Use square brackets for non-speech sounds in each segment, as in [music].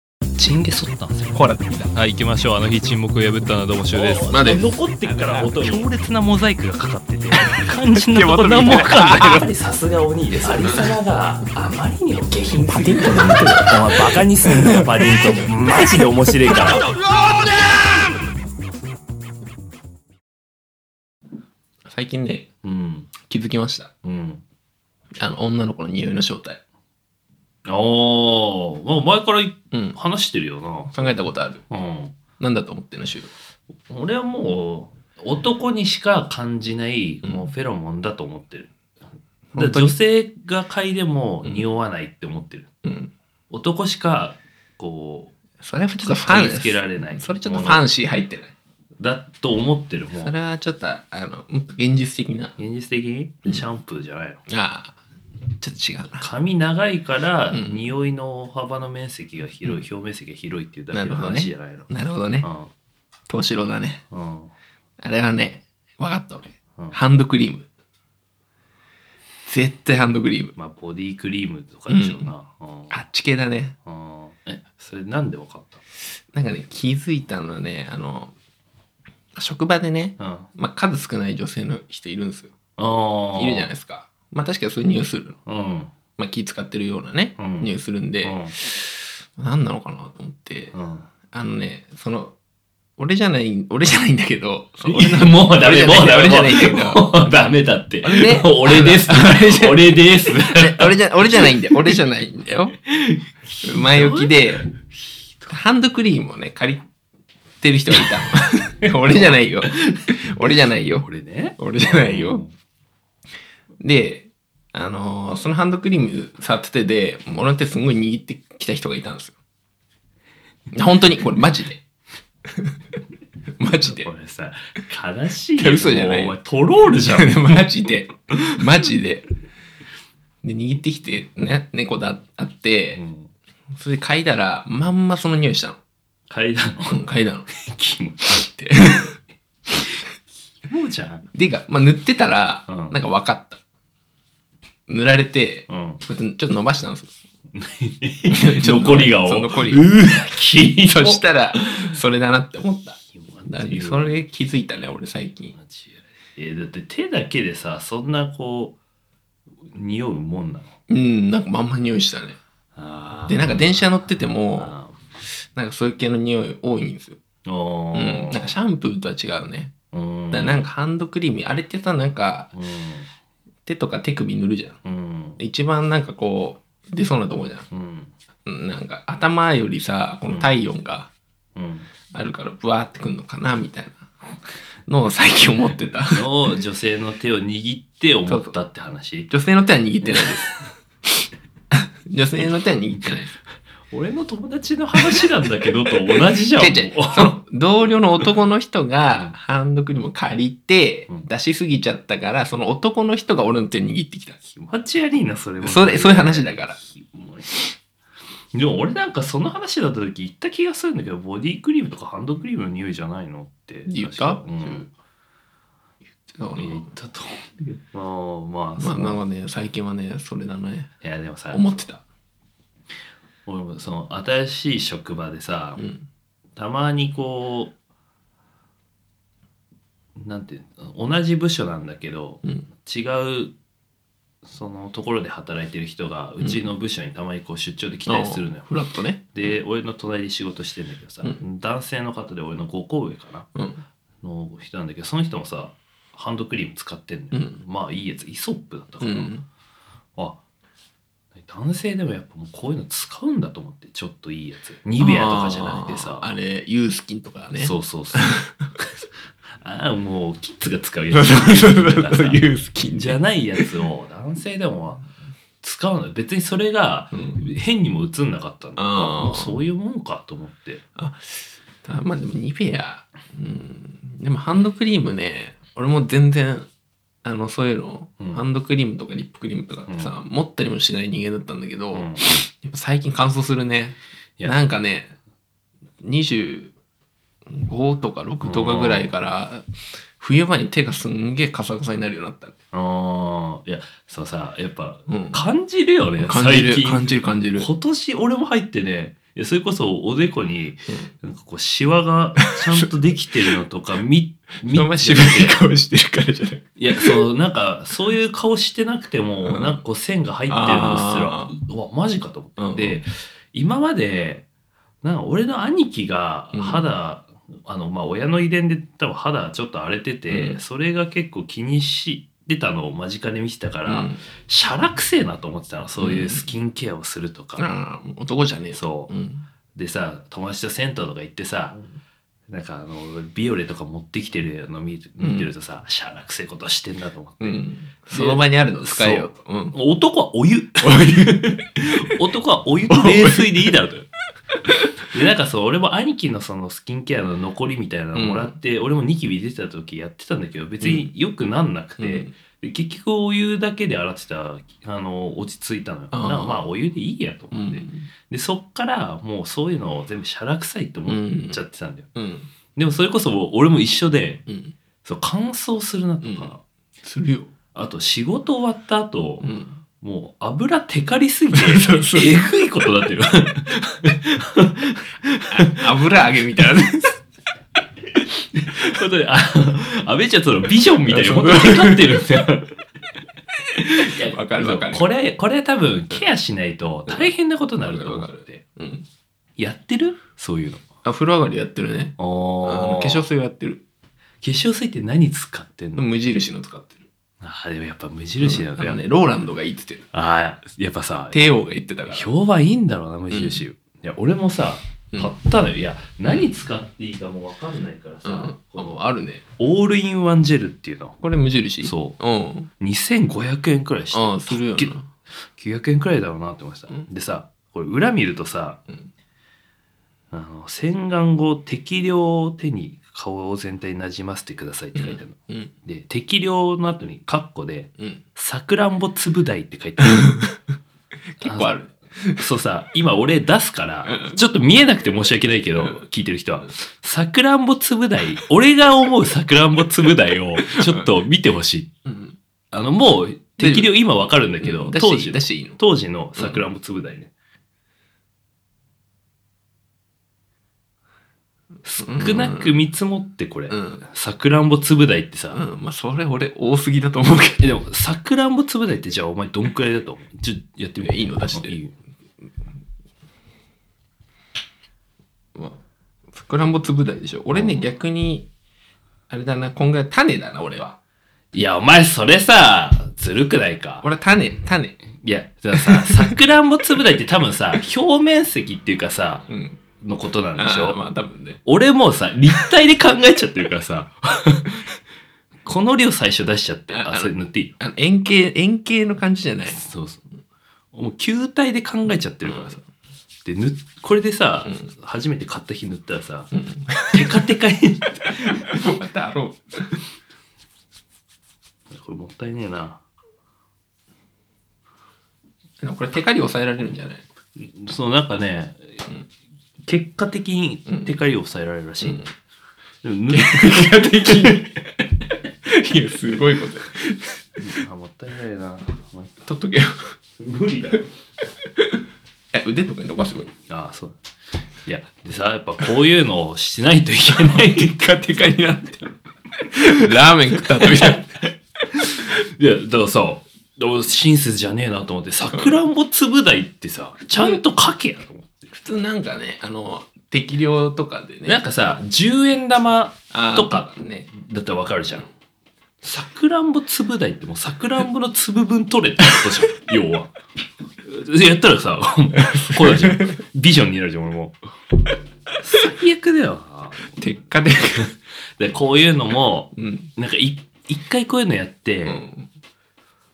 そうなんですよコーラできたはい、行きましょう。あの日沈黙を破ったのはどうもしゅうです。まあね残ってっから音に強強烈なモザイクがかか [laughs] ってて肝心なとこ何もわかんないやっぱりさすが鬼です、有様があまりにも下品パディントンの見てるお前バカにすんなよパディントンマジで面白いから最近ね、うん気づきました。うんあの、女の子の匂いの正体。あーまあ前からうん。話してるよ考えたことある。なうんなんだと思ってんの、シュウ。俺はもう男にしか感じないうんもうフェロモンだと思ってる、だ本か当らに女性が嗅いでもうん匂わないって思ってる、うん。男しかこそれはちょっうとファン嗅ぎつけられないそれちょっとファンシー入ってない。だと思ってるもうそれはちょっと、あの、うん現実的な。現実的にシャンプーじゃないのああ、ちょっと違うな。髪長いからうん匂いの幅の面積が広い、表面積が広いっていうだけのなるほどね話じゃないの、なるほどね。東四郎だね。うんうんあれはね、わかった俺。うんハンドクリーム。絶対ハンドクリーム。まあボディクリームとかでしょうな、うんあっち系だね。うんえそれなんでわかっなんかね、気づいたのはね、あの、職場でね、たの、うんまあ、数少ない女性の人いるんですよ。ああ。いるじゃないですか。まあ、確かにそういうニュースするの。うん。まあ、気使ってるようなね、うんニュースするんで、何なのかなと思って、うん。あのね、その、俺じゃない、俺じゃないんだけど、その俺のうん。もうダメ、もうダメ、俺じゃないもうダメだって。俺ね俺です俺じ。ゃ俺です。ね [laughs] 俺じゃ、俺じゃないんだよ。俺じゃないんだよ。前置きで、ハンドクリームをね、借りてる人がい [laughs] たの。俺じゃないよ。俺じゃないよ。俺ね。俺じゃないよ。で、あのーそのハンドクリーム触っててで、俺の手すごい握ってきた人がいたんですよ。本当に、これマジで。 [laughs] マジでこ。れさ、悲しいいやよ。嘘じゃないもうお前、トロールじゃん。 [laughs] マジで。マジで。で、握ってきて、ね、猫だ、あって、うんそれで嗅いだら、まんまその匂いしたの。 [laughs] 階段のうん嗅いだの。気持て [laughs] ち。もうじゃん。でが、まあ、塗ってたら、うんなんか分かった。塗られて、うん。こうやってちょっと伸ばしたんですよ。 [laughs] 残り顔。そう残りうー気 [laughs] そ持しちたら、それだなって思った。だ悪いそれ気づいたね、俺最近。マジやえだって手だけでさ、そんなこう、匂うもんなの。うん、なんかまんま匂いしたね。あーで、なんか電車乗ってても、あなんかそういう系の匂い多いんですよ。ーおうーん、なんかシャンプーとは違うね。うんだからなんかハンドクリーム、あれってさ、なんかう手とか手首塗るじゃん。んうん一番なんかこう、出そうなとこじゃん。うんうんなんか頭よりさこの体温がうんあるからブワーってくんのかなみたいなのを最近思って [laughs] たの女性の手を握って思ったって話女性の手は握ってないです女性の手は握ってないです俺の友達の話なんだけどと同じじゃん違う違うその同僚の男の人がハンドクリームを借りてうん出しすぎちゃったからその男の人が俺の手を握ってきた気持ち悪いなそれもそれそういう話だからキモいでも俺なんかその話だった時言った気がするんだけどボディクリームとかハンドクリームの匂いじゃないのって言った確かうん、そういや言ねったと思うまあまあ、まあそのなんかね最近はねそれだねいやでもさ思ってた俺もその新しい職場でさ、うんたまにこうなんていうの同じ部署なんだけどうん違うそのところで働いてる人がんうちの部署にたまにこう出張で来たりするのよ、フラットねで俺の隣で仕事してんだけどさ、うん男性の方で俺の5個上かなうんの人なんだけどその人もさハンドクリーム使ってんのよ、まあいいやつイソップだったかうら、んあ男性でもやっぱもうこういうの使うんだと思ってちょっといいやつニベアとかじゃなくてさあーあれユースキンとかねそうそうそう。 [laughs] ああ、もうキッズが使うそやうつ。そうそう [laughs] そうユースキンじゃないやつを男性でも使うの。別にそれがうん変にも映んなかったんだから、あーもうそういうもんかと思って。あまあでもニベア、うん、でもハンドクリームね俺も全然あのそういうの、うんハンドクリームとかリップクリームとかってさ、持ったりもしない人間だったんだけど、うんやっぱ最近乾燥するねいやなんかね25とか6とかぐらいから冬場に手がすんげえカサカサになるようになった、ああ、いや、そうさ、やっぱうん、感じるよね、感じる最近感じる感じる今年俺も入ってね、いやそれこそおでこになんかこうシワがちゃんとできてるのとか見見 [laughs] お前て渋てい顔してるからじゃない。いやそうなんかそういう顔してなくても、うんなんかこう線が入ってるのすらあうわマジかと思って、うんで今までなんか俺の兄貴がうん肌、あのまあ親の遺伝で多分肌ちょっと荒れてて、うんそれが結構気にしてたのを間近で見てたかうら、んシャラくせえなと思ってたのそういうスキンケアをするとか、あー男じゃねえぞ。そううんでさ友達と銭湯とか行ってさ、なんかあのビオレとか持ってきてるの見る見てるとさ、しゃらくせえことしてんだと思って、うんその場にあるの使えよと。うん男はお湯男はお湯と冷水でいいだろうとでなんかそう俺も兄貴のそのスキンケアの残りみたいなのもらって、俺もニキビ出てた時やってたんだけど別によくなんなくて、うんで結局お湯だけで洗ってたあの落ち着いたのよあーなんかまあお湯でいいやとう思って、んでそっからもうそういうのを全部しゃらくさいと思っちゃってたんだよ、うんでもそれこそ俺も一緒でうんそう乾燥するなとか、うんするよ。あと仕事終わった後、うんもう油テカリすぎて [laughs] そうそうえぐいことだ [laughs] ってる油揚げみたいなね。ことであの安倍ちゃんそのビジョンみたいに本当にテカってるんだよいやわかるわかるこれこれ多分ケアしないと大変なことになると思わっかるわてうんやってるそういうのあ、風呂上がりやってるね。ああのー化粧水をやってる。化粧水って何使ってんの、無印の使ってる。あーでもやっぱ無印なんだあよのね、ね、ローランドがいいって言ってる。ああやっぱさ帝王が言ってたから。評判いいんだろうな無印、いや俺もさうん買ったのよいや何使っていいかもう分かんないからさ、うこんのああるね。オールインワンジェルっていうのこれ無印。そううん。 2500円くらいしてああ、するよきな。 900円くらいだろうなって思ってた、うんでさこれ裏見るとさ、うんあの洗顔後適量を手に顔全体になじませてくださいって書いてあるの、うん。で適量の後にカッコでうん。 「さくらんぼ粒大」って書いてある [laughs] 結構ある。そうさ、今俺出すからう、んちょっと見えなくて申し訳ないけど、聞いてる人は。さくらんぼ粒大、俺が思うさくらんぼ粒大を、ちょっと見てほしい。うん。あの、もう、適量今わかるんだけど、だ当し、時だ、しいいの。当時のさくらんぼ粒大ね。少なく見積もってこれう、ん。さくらんぼ粒大ってうさ、ん。まあ、それ俺多すぎだと思うけえでも、さくらんぼ粒大ってじゃあお前どんくらいだと思うちょ、やってみよう。いやいいの出していいよど。まあさくらんぼ粒大でしょ。俺ね、逆に、あれだな、今回種だな、俺は。いや、お前それさ、ずるくないか。俺は種、種。いや、じゃあさ、 [laughs] さくらんぼ粒大って多分さ、表面積っていうかさ、うん。のことなんでしあょあまあ、多分ね。俺もうさ、立体で考えちゃってるから [laughs] さ、この量最初出しちゃって、ああ、あのそれ塗っていいあの円形、円形の感じじゃない。そうそう。もう球体で考えちゃってるからさ。で、塗っこれでさ、初めて買った日塗ったらさ、テカテカに、 [laughs] [laughs] またあろう。これもったいねえな。でもこれテカリ抑えられるんじゃないそのなんかね、結果的にテカリを抑えられるらしい。でも塗っ結果的に。 [laughs] いや、すごいこと。あ、もったいないな。まあ取っとけよ。無理だよ。え、腕とかに伸ばしてこい。ああ、そう。いや、でさ、やっぱこういうのをしないといけない。テカテカになって。ラーメン食った後みたいな。いや、だからさ、でも親切じゃねえなと思って、さくらんぼ粒大ってさ、ちゃんと書けやと思って。普通なんかね、あの、適量とかでね。なんかさ、10円玉あーとかね。だったらわかるじゃん。さくらんぼ粒大ってもうさくらんぼの粒分取れってことじゃ [laughs] ん、要は。やったらさ、 [laughs] こうだじ [laughs] ゃん。ビジョンになるじゃん、俺も。最悪だよな。テッカテカ。で、こういうのも、うん。なんかい一回こういうのやって、うん。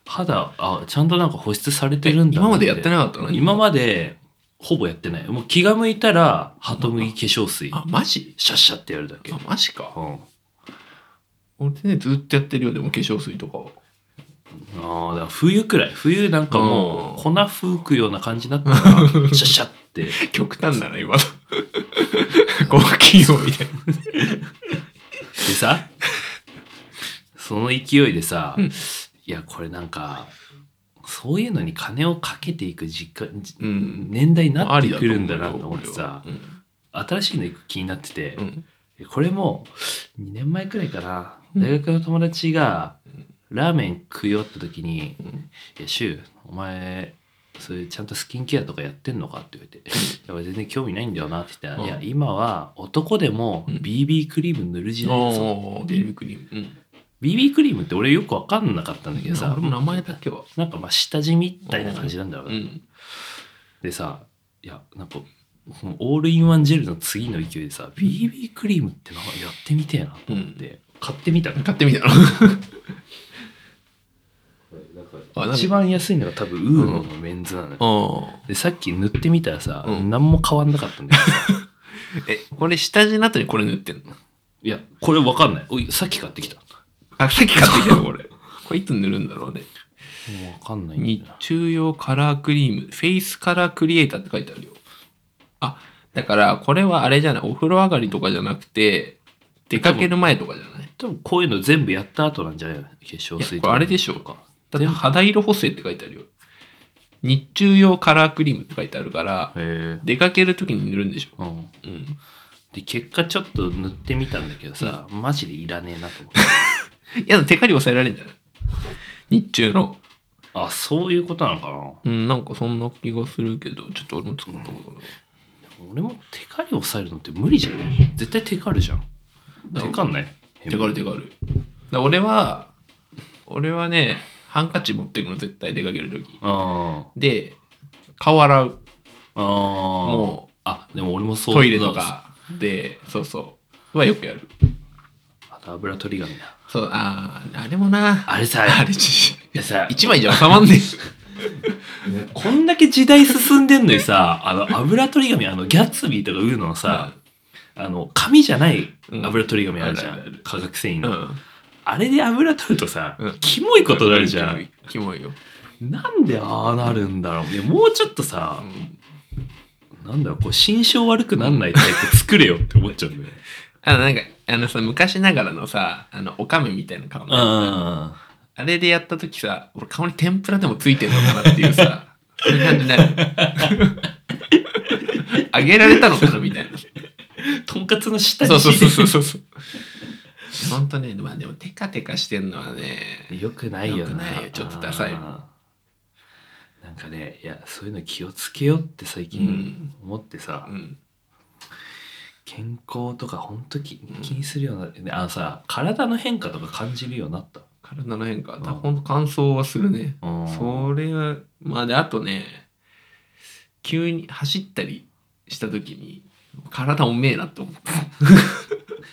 肌あちゃんとなんか保湿されてるんだ今までやってなかったの今までほぼやってないもう気が向いたらハトムギ化粧水あ、マジシャッシャってやるだけ、あ、マジか。うん、俺ね、ずっとやってるよ、でも化粧水とかは。ああだから冬くらい冬なんかもうう粉吹くような感じになったらシャッシャって極端だな、 [laughs] 今の。合金用みたいな。でさその勢いでさ、いやこれなんかそういうのに金をかけていく実家、じうん年代になあってりだくとる思うよんだなと思ってさ、新しいの行く気になってて、うんこれも2年前くらいかな大学の友達がラーメン食い終わった時に「いや柊お前そういうちゃんとスキンケアとかやってんのか?」って言われて「いや俺全然興味ないんだよな」って言ったら「いや今は男でも BB クリーム塗る時代ですおー、ビームクリーム。うん。 BB クリームって俺よく分かんなかったんだけどささあ、名前だけは。なんかまあ下地みたいな感じなんだろううな、ん。でさいやなんかこのオールインワンジェルの次の勢いでさ BB クリームってなんかやってみてえなと思って買ってみたの買ってみたの。あなんか一番安いのが多分ウーノのメンズなのよ、あでさっき塗ってみたらさ、うん何も変わんなかったんだよーえ、これ下地の後にこれ塗ってんの [laughs] いやこれ分かんないおいさっき買ってきたもあ、さっき買ってきたのこれ。これいつ塗るんだろうね。う分かんないん日だよ中用カラークリーム、フェイスカラークリエイターって書いてあるよ。あ、だからこれはあれじゃない、お風呂上がりとかじゃなくて、出かける前とかじゃない。多分こういうの全部やった後なんじゃないの化粧い水とや、こかれあれでししょうか。だって肌色補正って書いてあるよ。日中用カラークリームって書いてあるから、へ出かける時に塗るんでしょ。えうんうん。で結果ちょっと塗ってみたんだけどさ、マジでいらねえなと思 [laughs] っていや、テカリ抑えられるんじゃない日中の。あそういうことなのかなうん、なんかそんな気がするけど、ちょっと俺も作ったことない。俺もテカリ抑えるのって無理じゃない絶対テカるじゃんテカんない手軽手軽。だから俺は、俺はね、ハンカチ持ってくの絶対出かけるとき。あで、顔洗う。あああも、あでも俺もそううトイレとか。で、そうそう。はよくやる。あと油取り紙だそう、あーあれもな。あれさ [laughs] あれち、いやさ一枚じ [laughs] ゃ収まんねこんだけ時代進んでんのにさ [laughs] あの油取り紙あのギャッツビーとかいうのはさ、あの紙じゃない油取り紙あるじゃん、うんあるある化学繊維え。うの、ん。あれで油取るとさ、うんキモいことになるじゃん、キモいよ。なんでああなるんだろういやもうちょっとさ、なんだろうこう心象悪くなんないタイプ作れよって思っちゃうんだよねあの、なんか、あのさ、昔ながらのさ、あの、おかめみたいな顔のああれでやったときさ、俺顔に天ぷらでもついてんのかなっていうさ、 [laughs] そういう感じになる。 [laughs] あげられたのかなみたいな。あとんかつの下にそうそうそうそうそう。本当ね、まあでもテカテカしてんのはね、よくないよなよくないよちょっとダサいあーなんかねいやそういうの気をつけようって最近思ってさ、うん。健康とかほんと気気にするようになあのさ体の変化とか感じるようになった体の変化、んほんと乾燥はするね。うんそれは、まあで、あとね、急に走ったりしたときに、体おめえなと思 [laughs] った。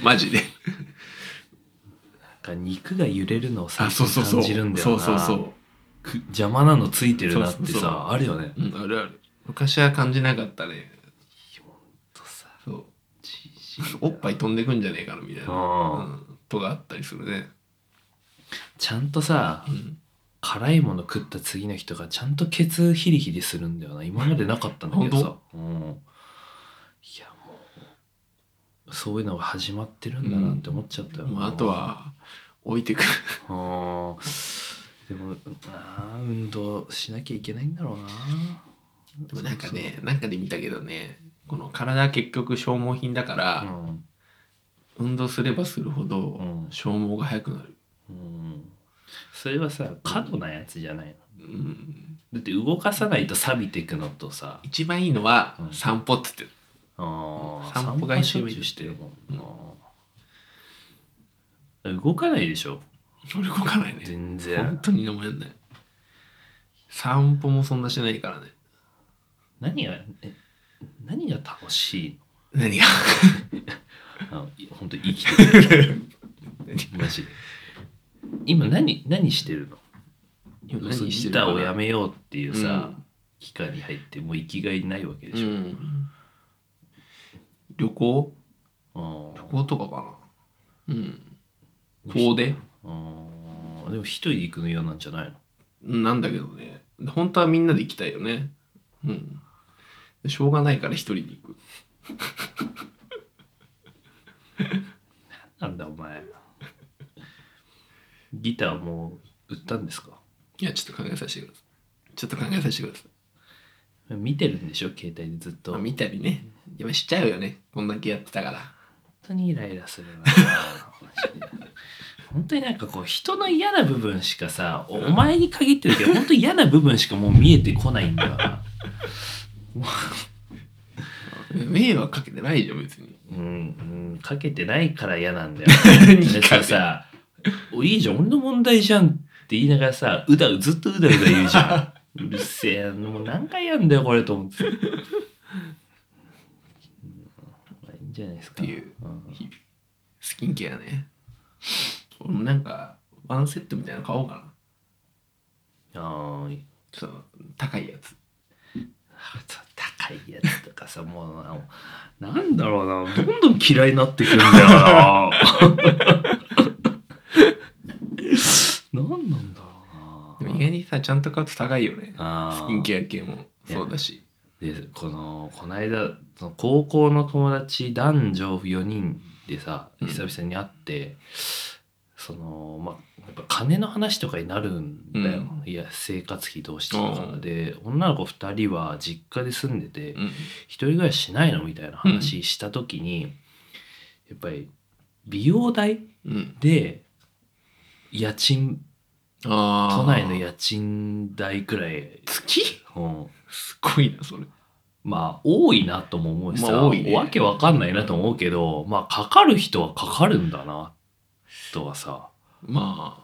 マジで。なんか肉が揺れるのを最そう近そうそう。感じるんだよなそうそうそう。く邪魔なのついてるなってさそうそうそうあるよねうん、あるある。昔は感じなかったね。とさそう。じじいだおっぱい飛んでくんじゃねえかなみたいな。ううんん。とかあったりするね。ちゃんとさうん。辛いもの食った次の日とかちゃんとケツヒリヒリするんだよな今までなかったんだけどさ、うん、いやもうそういうのが始まってるんだなって思っちゃったよ、まあ、あとは、置いてく。うんでもあー運動しなきゃいけないんだろうなでも [laughs] なんかね、なんかで見たけどね、この体結局消耗品だかうら、ん、運動すればするほどうん消耗が早くなる。うん、それはさ過度なやつじゃないのうん。だって動かさないと錆びていくのとさ一番いいのはう、ん散歩っつって。あー散歩が一番いいしてるもんな、動かないでしょ俺動かないね。全本然当に飲まんない。散歩もそんなしないからね。何がえ何が楽しい [laughs] 何がのあのい本当生きてる [laughs] マジで今何何してるの今そう何してギるターかをなやめようっていうさ、うん期間に入ってもう生きがいないわけでうしょ、ん、旅行うん旅行とかかなうん遠うん出でも一人で行くの嫌なんじゃないのうんなんだけどね本当はみんなで行きたいよねうんでしょうがないから一人で行くなんだお [laughs] 前ギターもう売ったんですかいやちょっと考えさせてくださちょっと考えさせてください。見てるんでしょ携帯でずっとまあ、本見たりね。やっぱしちゃうよね。こんだけやってたから。当にイライラするわ本当になんかこう人の嫌な部分しかさおお前に限ってるけど本当に嫌な部分しかもう見えてこないんだから迷惑かけてないじゃん、別に。うん、うん、かけてないから嫌なん [laughs] だよ。にだからさ、おいいじゃん、俺の問題じゃんって言いながらさ、うだう、ずっとうだうだ言うじゃん。うるせえ、もう何回やんだよ、これと思 [laughs] って。うんまあいいんじゃないですか。っていううんスキンケアね。俺もなんか、ワンセットみたいなの買おうかな。あーちょっと高いやつ。高いやつとかさ、もうな、なんだろうな、どんどん嫌いになってくるんだよな。何なんだろうでなも。意外にさ、ちゃんと買うと高いよね。あスーキンケア系もそうだし。でこのこの間その高校の友達男女4人でさうん久々に会って、そのまあやっぱ金の話とかになるんだよ、いや生活費どうしてとうかんで女の子2人は実家で住んでて、うん。一人暮らししないのみたいな話した時に、やっぱり美容代うん。で家賃ああ。都内の家賃代くらい、月うん、すごいな、それ。まあ多いなとも思うしさ、まあ多いねわけわかんないなと思うけどまあかかる人はかかるんだなとはさまあ、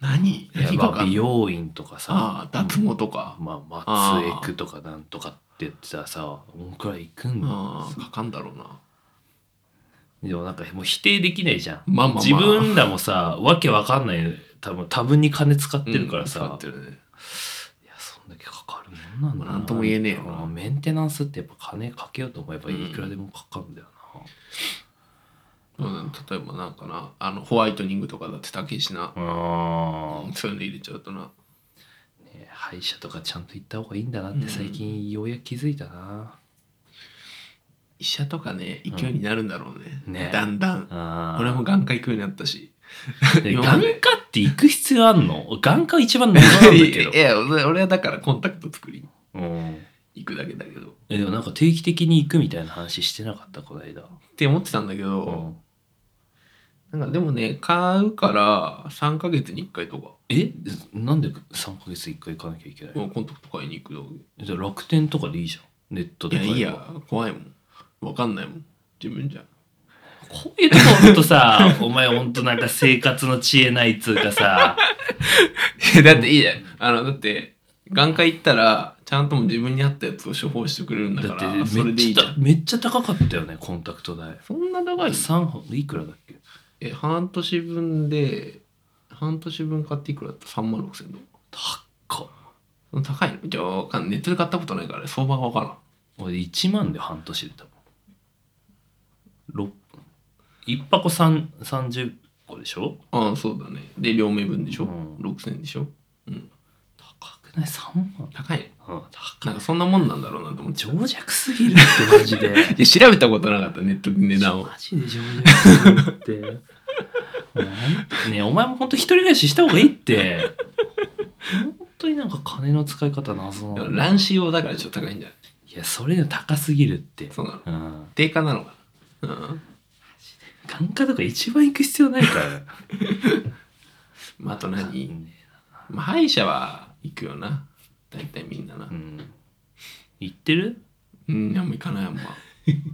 何いや何まがあ美容院とかさああ、脱毛とか。まああー松江区とかなんとかって言ってたらさどんくらい行くんだああ、かかんだろうな。でもなんかもう否定できないじゃん、まあまあまあ自分らもさわけわかんない多分多分に金使ってるからさ、うん使ってるね。いやそんだけかかるもんなんだまあなんとも言えねえよななメンテナンスってやっぱ金かけようと思えばいくらでもかかるんだようん、例えばなんかな、あの、ホワイトニングとかだって高いしな。な、ああそういうの入れちゃうとな。ね歯医者とかちゃんと行った方がいいんだなって最近ようやく気づいたな、医者とかね、行くようになるんだろうね。うんねだんだん。あ俺も眼科行くようになったし。で今眼科まってで行く必要あんの眼科一番謎なんだ [laughs] けどいや、俺俺はだからコンタクト作りにうん行くだけだけど。っえでもなんか定期的に行くみたいな話してなかったこの間て思ってたんだけど、うんなんかでもね、買うから3ヶ月に1回とか、えなんで3ヶ月1回行かなきゃいけないものうコンタクト買いに行くだじゃあ楽天とかでいいじゃんネットけ。で買いや、いいえばや、怖いもん。わかんないもん。自分 [laughs] じゃ。こういうとこほんとさ [laughs] お前ほんとなんか生活の知恵ないっつうかさだっていいじゃん。あの、だって、眼科行ったら、ちゃんともう自分に合ったやつを処方してくれるんだだかってら、そめれっでいちいじゃゃたん。めっちゃ高かったよねコンタクト代そんな高いの3本いくらだっけえ、半年分で、半年分買っていくらだった ?3 万6千ド高っル。高いのじゃあわかんない、ネットで買ったことないから、相場がわからん。俺1万で半年で多分1箱3 30個でしょああ、そうだね。で、両目分でしょ、うん6千でしょ高くない3万高いね。うん高なんかそんなもんなんだろうなと思って。情弱すぎるってマジでいや、調べたことなかった、ネットで値段を。マジで情弱すぎるってもうほんと [laughs] ねお前も本当一人暮らしした方がいいって本当になんか金の使い方謎なの卵子用だからちょっと高いんじゃないいやそれでも高すぎるってそうなの。うん定価なのかなうん。眼科とか一番行く必要ないからまあ、あと [laughs] いい何ねまあ、歯医者は行くよな。大体みんななう。ん行ってるうん、あんま行かない、あんま。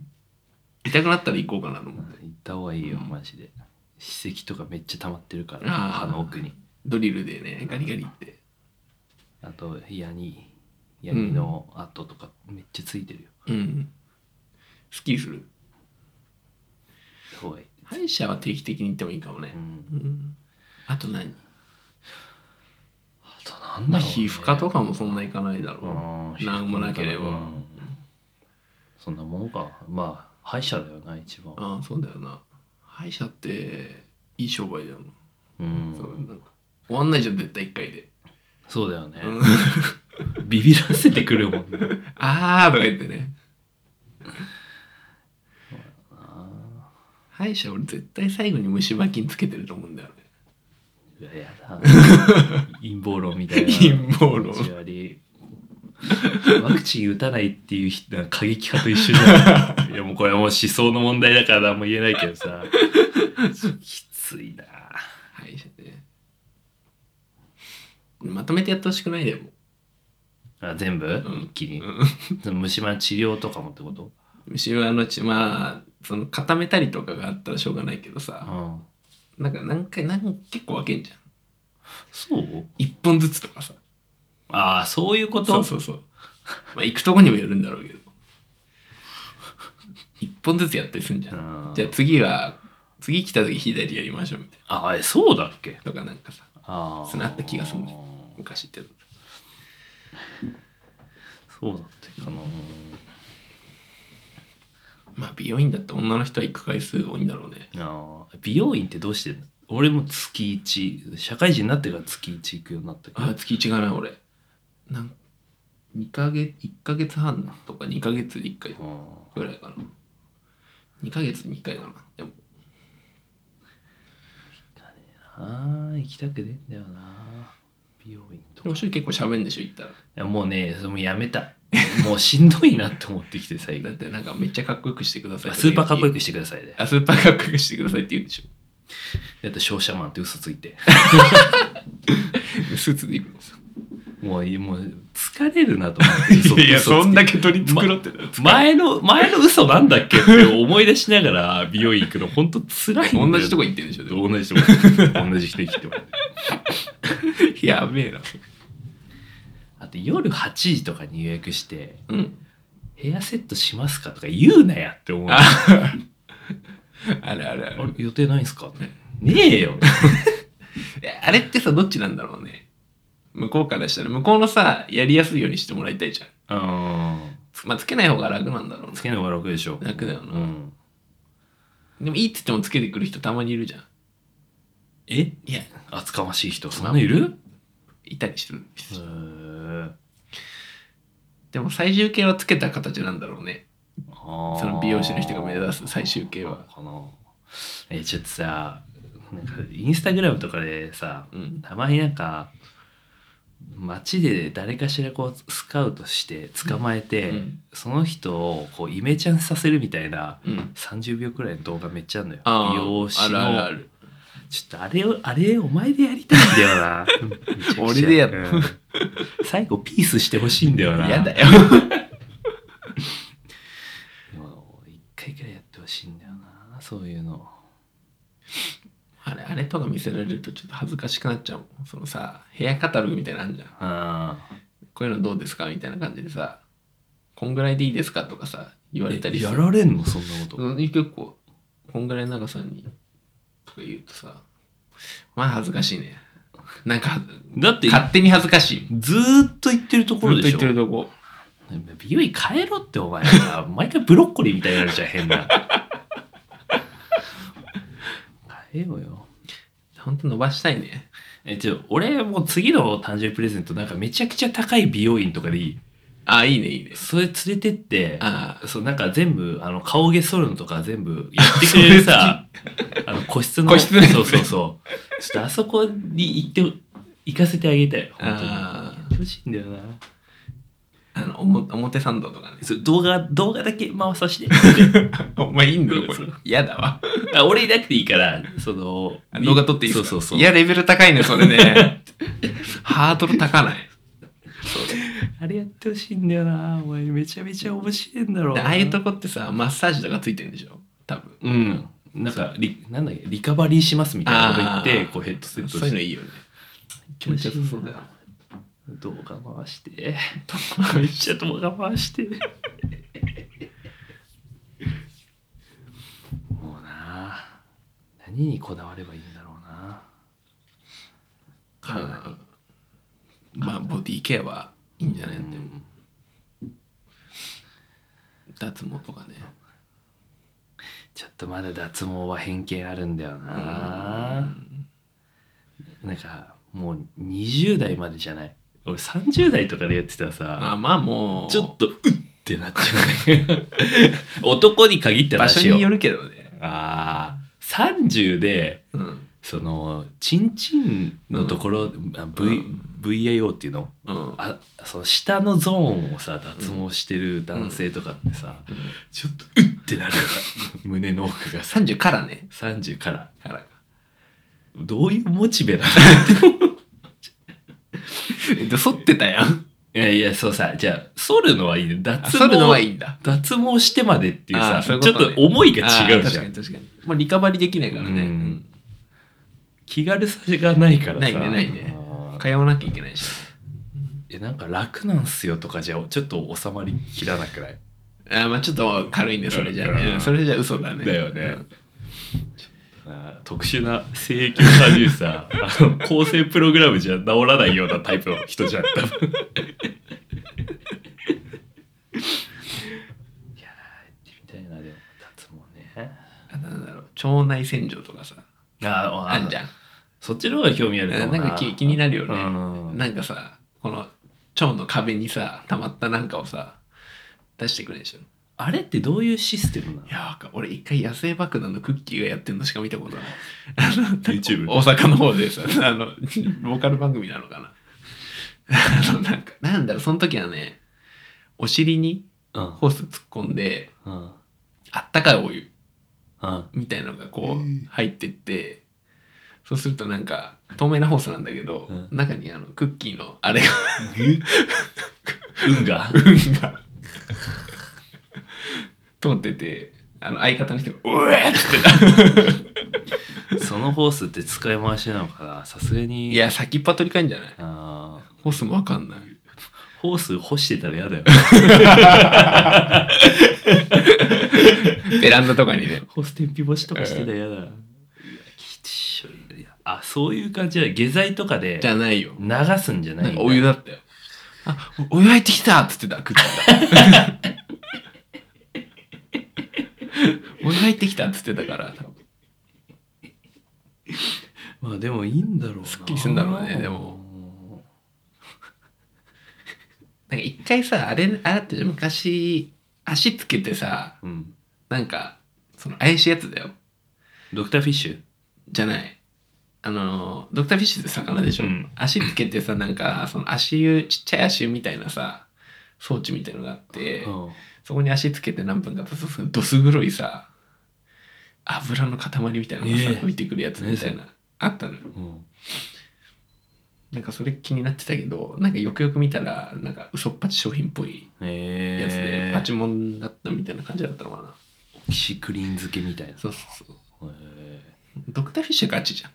[laughs] 痛くなったら行こうかなと思って。行った方がいいよマジで歯石とかめっちゃ溜まってるからあー歯の奥にドリルでね、ガリガリって。あとヤニヤニの跡とかめっちゃついてるよ、うん。スッキリする。ほい歯医者は定期的に行ってもいいかもねう。んうん。あと何あとなんだろまあ、う、ね、皮膚科とかもそんな行かないだろうんなんもなければうんそんなもんかまあ歯医者だよな一番う。ああ、そうだよな。歯医者って、いい商売だような。んそそううなんか終わんないじゃん、絶対一回で。だよね、うん [laughs] ビビらせてくるもんねあーとか言ってね。あ歯医者俺絶対最後に虫歯菌つけてると思うんだよね。ーうわや [laughs] だ陰謀論みたいな陰謀論感じありワクチン打たないっていう人なんか過激派と一緒じゃ [laughs] ないいやもうこれはもう思想の問題だから何も言えないけどさきついな歯医者ねまとめてやってほしくないでもあ全部、一気に、その虫歯の治療とかもってこと虫歯の血まあその固めたりとかがあったらしょうがないけどさ、うんなんか何回何結構分けんじゃんそう一本ずつとかさああそういうことそうそうそうまあ行くとこにもよるんだろうけど一本ずつやったりすんじゃんうんじゃあ次は次来た時左やりましょうみたいああえそうだっけなとかなんかさああそうなった気がするんだよ昔ってそうだったかなまあ美容院だって女の人は行く回数多いんだろうねあー美容院ってどうしてんの俺も月1社会人になってから月1行くようになったけどあ月1がな俺なん2ヶ月1ヶ月半とか2ヶ月で1回うんぐらいかな2ヶ月に1回だなでもあー行きたくねえんだよな美容院とでかもい週結構喋るんでしょ行ったらやもうねそれもうやめたもうしんどいなって思ってきて最だ後ってなんかめっちゃかっこよくしてくださいスーパーかっこよくくしてくださいねあスーパーかっこよくしてくださいって言うんでしょだって商社マンって嘘ついてスーツで行くのさもうもう疲れるなと思って嘘嘘ついてけ取り繕ってたら前の前の嘘なんだっけって思い出しながら美容院行くの本当辛いんだよ同じとこ行ってるでしょでも同じとこ同じ人生きてもやべえなあと夜8時とかに予約してうんヘアセットしますかとか言うなやって思うあああれあれあれれ予定ないんすかねえよえあれってさ、どっちなんだろうね。向こうからしたら、向こうのさ、やりやすいようにしてもらいたいじゃん。うんつまあ、つけない方が楽なんだろうねつ。けるのが楽でしょ楽だよなうん、でもいいって言ってもつけてくる人たまにいるじゃん。えいや、厚かましい人そんないるいたりする。へーでも最終形はつけた形なんだろうね。あーその美容師の人が目指す最終形は。かなえちょっとさなんかインスタグラムとかでさ、うんたまになんか街で誰かしらこうスカウトして捕まえて、うんその人をこうイメチェンさせるみたいなうん。 30秒くらいの動画めっちゃあるのよあー美容師あるのあるある。ちょっとあれをあれお前でやりたいんだよなめちゃくちゃ [laughs] 俺でやっうん最後ピースしてほしいんだよな嫌だよ。でも一回くらいやってほしいんだよなそういうのあれ、あれとか見せられるとちょっと恥ずかしくなっちゃうもん。そのさ、ヘアカタログみたいなのあるじゃん。ああこういうのどうですかみたいな感じでさ、こんぐらいでいいですかとかさ、言われたりやられんのそんなこと、うん結構こんぐらいの長さにとか言うとさまあ恥ずかしいねなんかだって勝手に恥ずかしいずーっと言ってるところでしょずっと言ってるとこ美容院変えろってお前さ毎回ブロッコリーみたいになるじゃん変な変えようよほんと伸ばしたいねえちょ俺もう次の誕生日プレゼントなんかめちゃくちゃ高い美容院とかでいいあいいねいいねそれ連れてってあそうなんか全部あの顔毛剃るのとか全部やってくれる [laughs] さあの個室の個室のやつねそうそうそうちょっとあそこに行って行かせてあげたい本当にあーやってほしいんだよなあのおも表参道とかねそう動画動画だけ回さ [laughs] せてお前いいんだよこそれう嫌だわあ俺いなくていいからそのあ動画撮っていいですかそうそうそういやレベル高いねそれねハードル高ないあれやってほしいんだよなお前めちゃめちゃ面白いんだろうでなああいうとこってさマッサージとかついてるんでしょ多分うんなんかリなんだっけリカバリーしますみたいなこと言ってこうヘッドセットそしてういうのいいよね気持ちよさそうだよ動画回して [laughs] めっちゃ動画回してもうな何にこだわればいいんだろうな体にまあボディケアはいいんじゃないうんでも脱毛とかねちょっとまだ脱毛は偏見あるんだよななんかもう20代までじゃない俺30代とかでやってたらさあまあもうちょっとうってなっちゃうね [laughs] 男に限って場話所よによるけどねああ30でうんそのチンチンのところ、あ v う VIO っていうのうん。あその下のゾーンをさ脱毛してる男性とかってさ、うんちょっとうってなるよな [laughs] 胸の奥がさ30からね。 30からからか。どういうモチベなのえで、剃ってたやん。いやいやそうさじゃあ剃るのはいいねあ脱毛剃るのはいいんだ。脱毛してまでっていうあさーそういうこちとょねっと思いが違あうーじ確ゃかんに確かに。まあ、リカバリーできないからね。ううんん気軽さがないからさないねないねあー通わなきゃいけないし。えなんか楽なんすよとかじゃちょっと収まりきらなくないあーまあちょっと軽いね、それじゃうんね。うんそれじゃ嘘だね。だよねあー特殊な性域を感じるさあの構成プログラムじゃ治らないようなタイプの人じゃん多分いやー行ってみたいなでも脱毛ねうん。なんだろう、腸内洗浄とかさ、ああんじゃん。そっちの方が興味あるかもなんか気気になるよねうんなんかさ、この腸の壁にさ、溜まったなんかをさ、出してくれるでしょ。あれってどういうシステムないや、わか俺一回野生爆弾のクッキーがやってるのしか見たことない。 YouTube 大阪の方でさ、あの、ローカル番組なのかな。あの、なんか、なんだろう、その時はね、お尻にのホース突っ込んで、うんうんあったかいお湯うんみたいなのがこう入ってって、そうするとなんか、透明なホースなんだけど、うん中にあの、クッキーのあれが、運 [laughs] が運が通ってて、あの、相方の人が、うえーってな。そのホースって使い回しなのかなさすがにいや、先っぱ取り替えんじゃないあーホースもわかんない。ホース干してたら嫌 [laughs] だよベランダとかにね。ホース天日干しとかしてたら嫌だ、いやきちょいいやあそういう感じだ下剤とかでじゃないよ。流すんじゃないなんんだかお湯だったよ。あ、おお湯入ってきたっつってた、クッキーが。お湯入ってきたっつってたから、多分まあでもいいんだろうなすっきりすんだろうねでもなんか一回さ、あれ、あれって昔、足つけてさ、うんなんか、その怪しいやつだよ。ドクターフィッシュじゃない。あの、ドクターフィッシュって魚でしょ、うん足つけてさ、なんか、その足湯、ちっちゃい足湯みたいなさ、装置みたいのがあって、うんそこに足つけて何分か経つとそのどす黒いさ油の塊みたいなのがさ、ええ浮いてくるやつみたいな、あったのようんなんかそれ気になってたけどなんかよくよく見たらなんか嘘っぱち商品っぽいえー、やつで、パチモンだったみたいな感じだったのかなキシクリーン漬けみたいなそうそうそうえードクターフィッシュガチじゃん、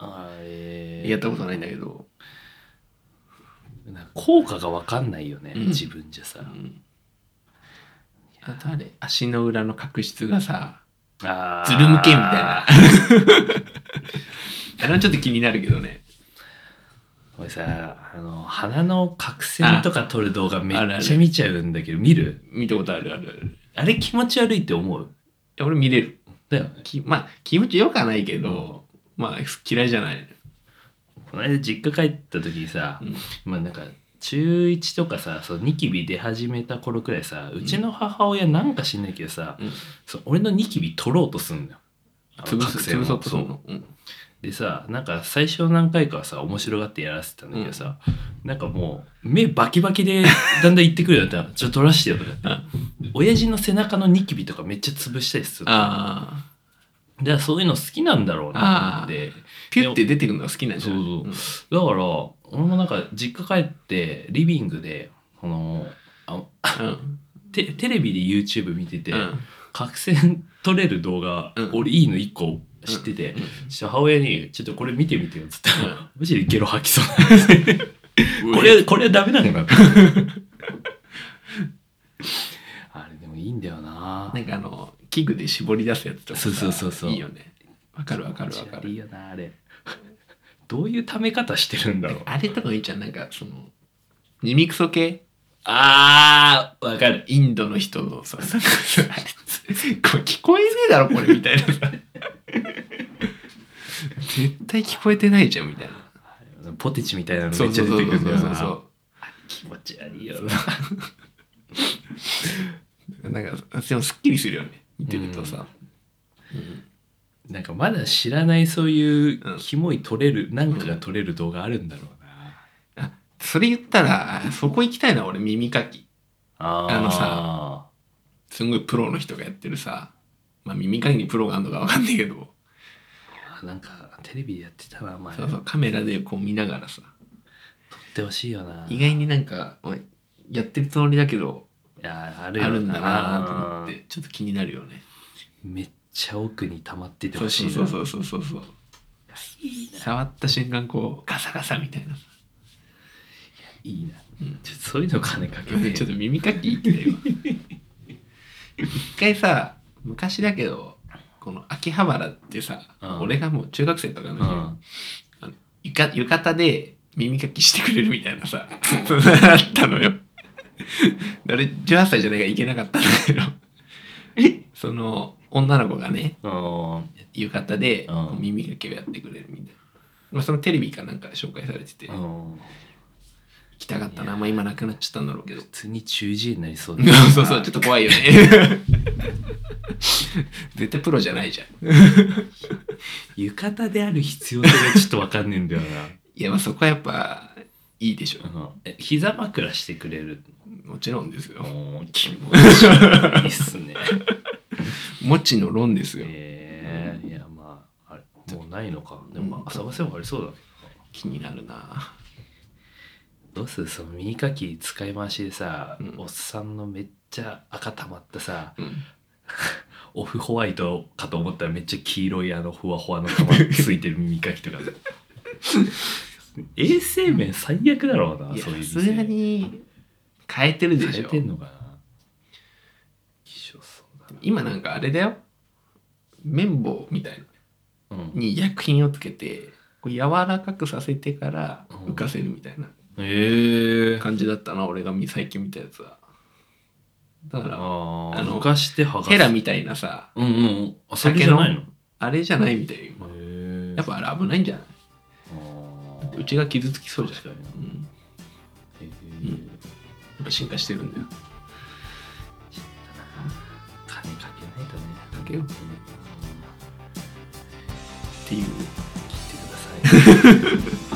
あえやったことないんだけど、なんか効果が分かんないよね、うん自分じゃさ、うんあとあれ足の裏の角質がさあーズルむけみたいな [laughs] あれはちょっと気になるけどね俺さあの鼻の角栓とか撮る動画めっちゃ見ちゃうんだけど見る見たことあるあるあるあれ気持ち悪いって思ういや俺見れるだよねきまあ気持ちよくはないけど、まあ嫌いじゃない、この間実家帰った時にさ、うんまあなんか中1とかさそのニキビ出始めた頃くらいさうちの母親なんか知んないけどさ、うんそう俺のニキビ取ろうとすんだよあの潰す角栓を潰そうとするそうのうんでさなんか最初何回かはさ面白がってやらせてたんだけどさ、なんかもう目バキバキでだんだん行ってくるようになったら [laughs] ちょっと取らしてよとか言って親父の背中のニキビとかめっちゃ潰したりするああだからそういうの好きなんだろうなと思ってピュって出てくるのが好きなんじゃないそうだから俺もなんか実家帰ってリビングでこのあうんテテレビで YouTube 見てて、うんうん角栓取れる動画、うん俺いいの1個知ってて、うんちょっと母親に「ちょっとこれ見てみてよ」っつったら、うんマジでゲロ吐きそうこれ、これはダメなのかな [laughs] あれでもいいんだよななんかあの器具で絞り出すやつとかさそうそうそうそういいよねわかるわかるわかいいるよな、あれ。どういうため方してるんだろう。あれとかいいじゃんなんかその耳クソ系あー、わかる。インドの人の [laughs] さなんかさあれこれ聞こえねえだろこれみたいな [laughs] さ絶対聞こえてないじゃんみたいなポテチみたいなのそめっうちそゃう出そてうくそるんだようなそうそう気持ち悪いよな。なんか、でもすっきりするよね。見てるとさ。なんかまだ知らないそういううんキモい取れる、なんかが取れる動画あるんだろうな。それ言ったら、あそこ行きたいな、俺、耳かき。ああのさ、すんごいプロの人がやってるさ、まあ耳かきにプロがあるのかわかんないけど、なんかテレビでやってたな、前。そうそう、カメラでこう見ながらさ、撮ってほしいよな。意外になんか、おいやってるつもりだけど、いやああるよるんだなと思って、ちょっと気になるよね。めっちゃ奥に溜まっててそほうしいそうなそうそうそうそうそう。触った瞬間、こう、ガサガサみたいな。いいな、うんちょっとそういうの金かけて [laughs] ちょっと耳かきいってよ。一回さ、昔だけど、この秋葉原ってさ、うん俺がもう中学生とかのう時、ん浴衣浴衣で耳かきしてくれるみたい [laughs] なさ、あったのよ。誰、18歳じゃないからいけなかったんだけど、その女の子がね、うん浴衣でうんこう耳かきをやってくれるみたいな。まあ、そのテレビかなんかで紹介されてて、行うんきたかったな。まあ今なくなっちゃったんだろうけど普。通に中耳炎になりそうだな [laughs] そうそう、ちょっと怖いよね。 [laughs] 絶対プロじゃないじゃん。 [laughs] 浴衣である必要性がちょっとわかんねえんだよいや、まあそこはやっぱいいでしょな、うんえ膝枕してくれるもちろんですよ。おー気持ちいいっすねもちの論ですよ。えー、いやまああれもうないのかでもまあ探せばありそうだけ気になるな。どどうするその耳かき使い回しでさ、うんおっさんのめっちゃ赤たまったさうん、オフホワイトかと思ったらめっちゃ黄色いあのふわふわの玉ついてる耳かきとか衛生面最悪だろうないや、そういうさ店すがに変えてるでし変えょて。んのかな希少そうだな今なんかあれだよ。綿棒みたいなうんに薬品をつけて、こう柔らかくさせてから浮かせるみたいなええ感じだったな、俺が見最近見たやつは。だかあああの浮かして剥がら、すヘラみたいなさ、うんうんあそれじゃないのあれじゃないみたいよ、今。へえやっぱあれ危ないんじゃないうちが傷つきそうじゃん。確かになうん、へえんやっぱ進化してるんだよ。金かけないとねかけようっていう。聞いてください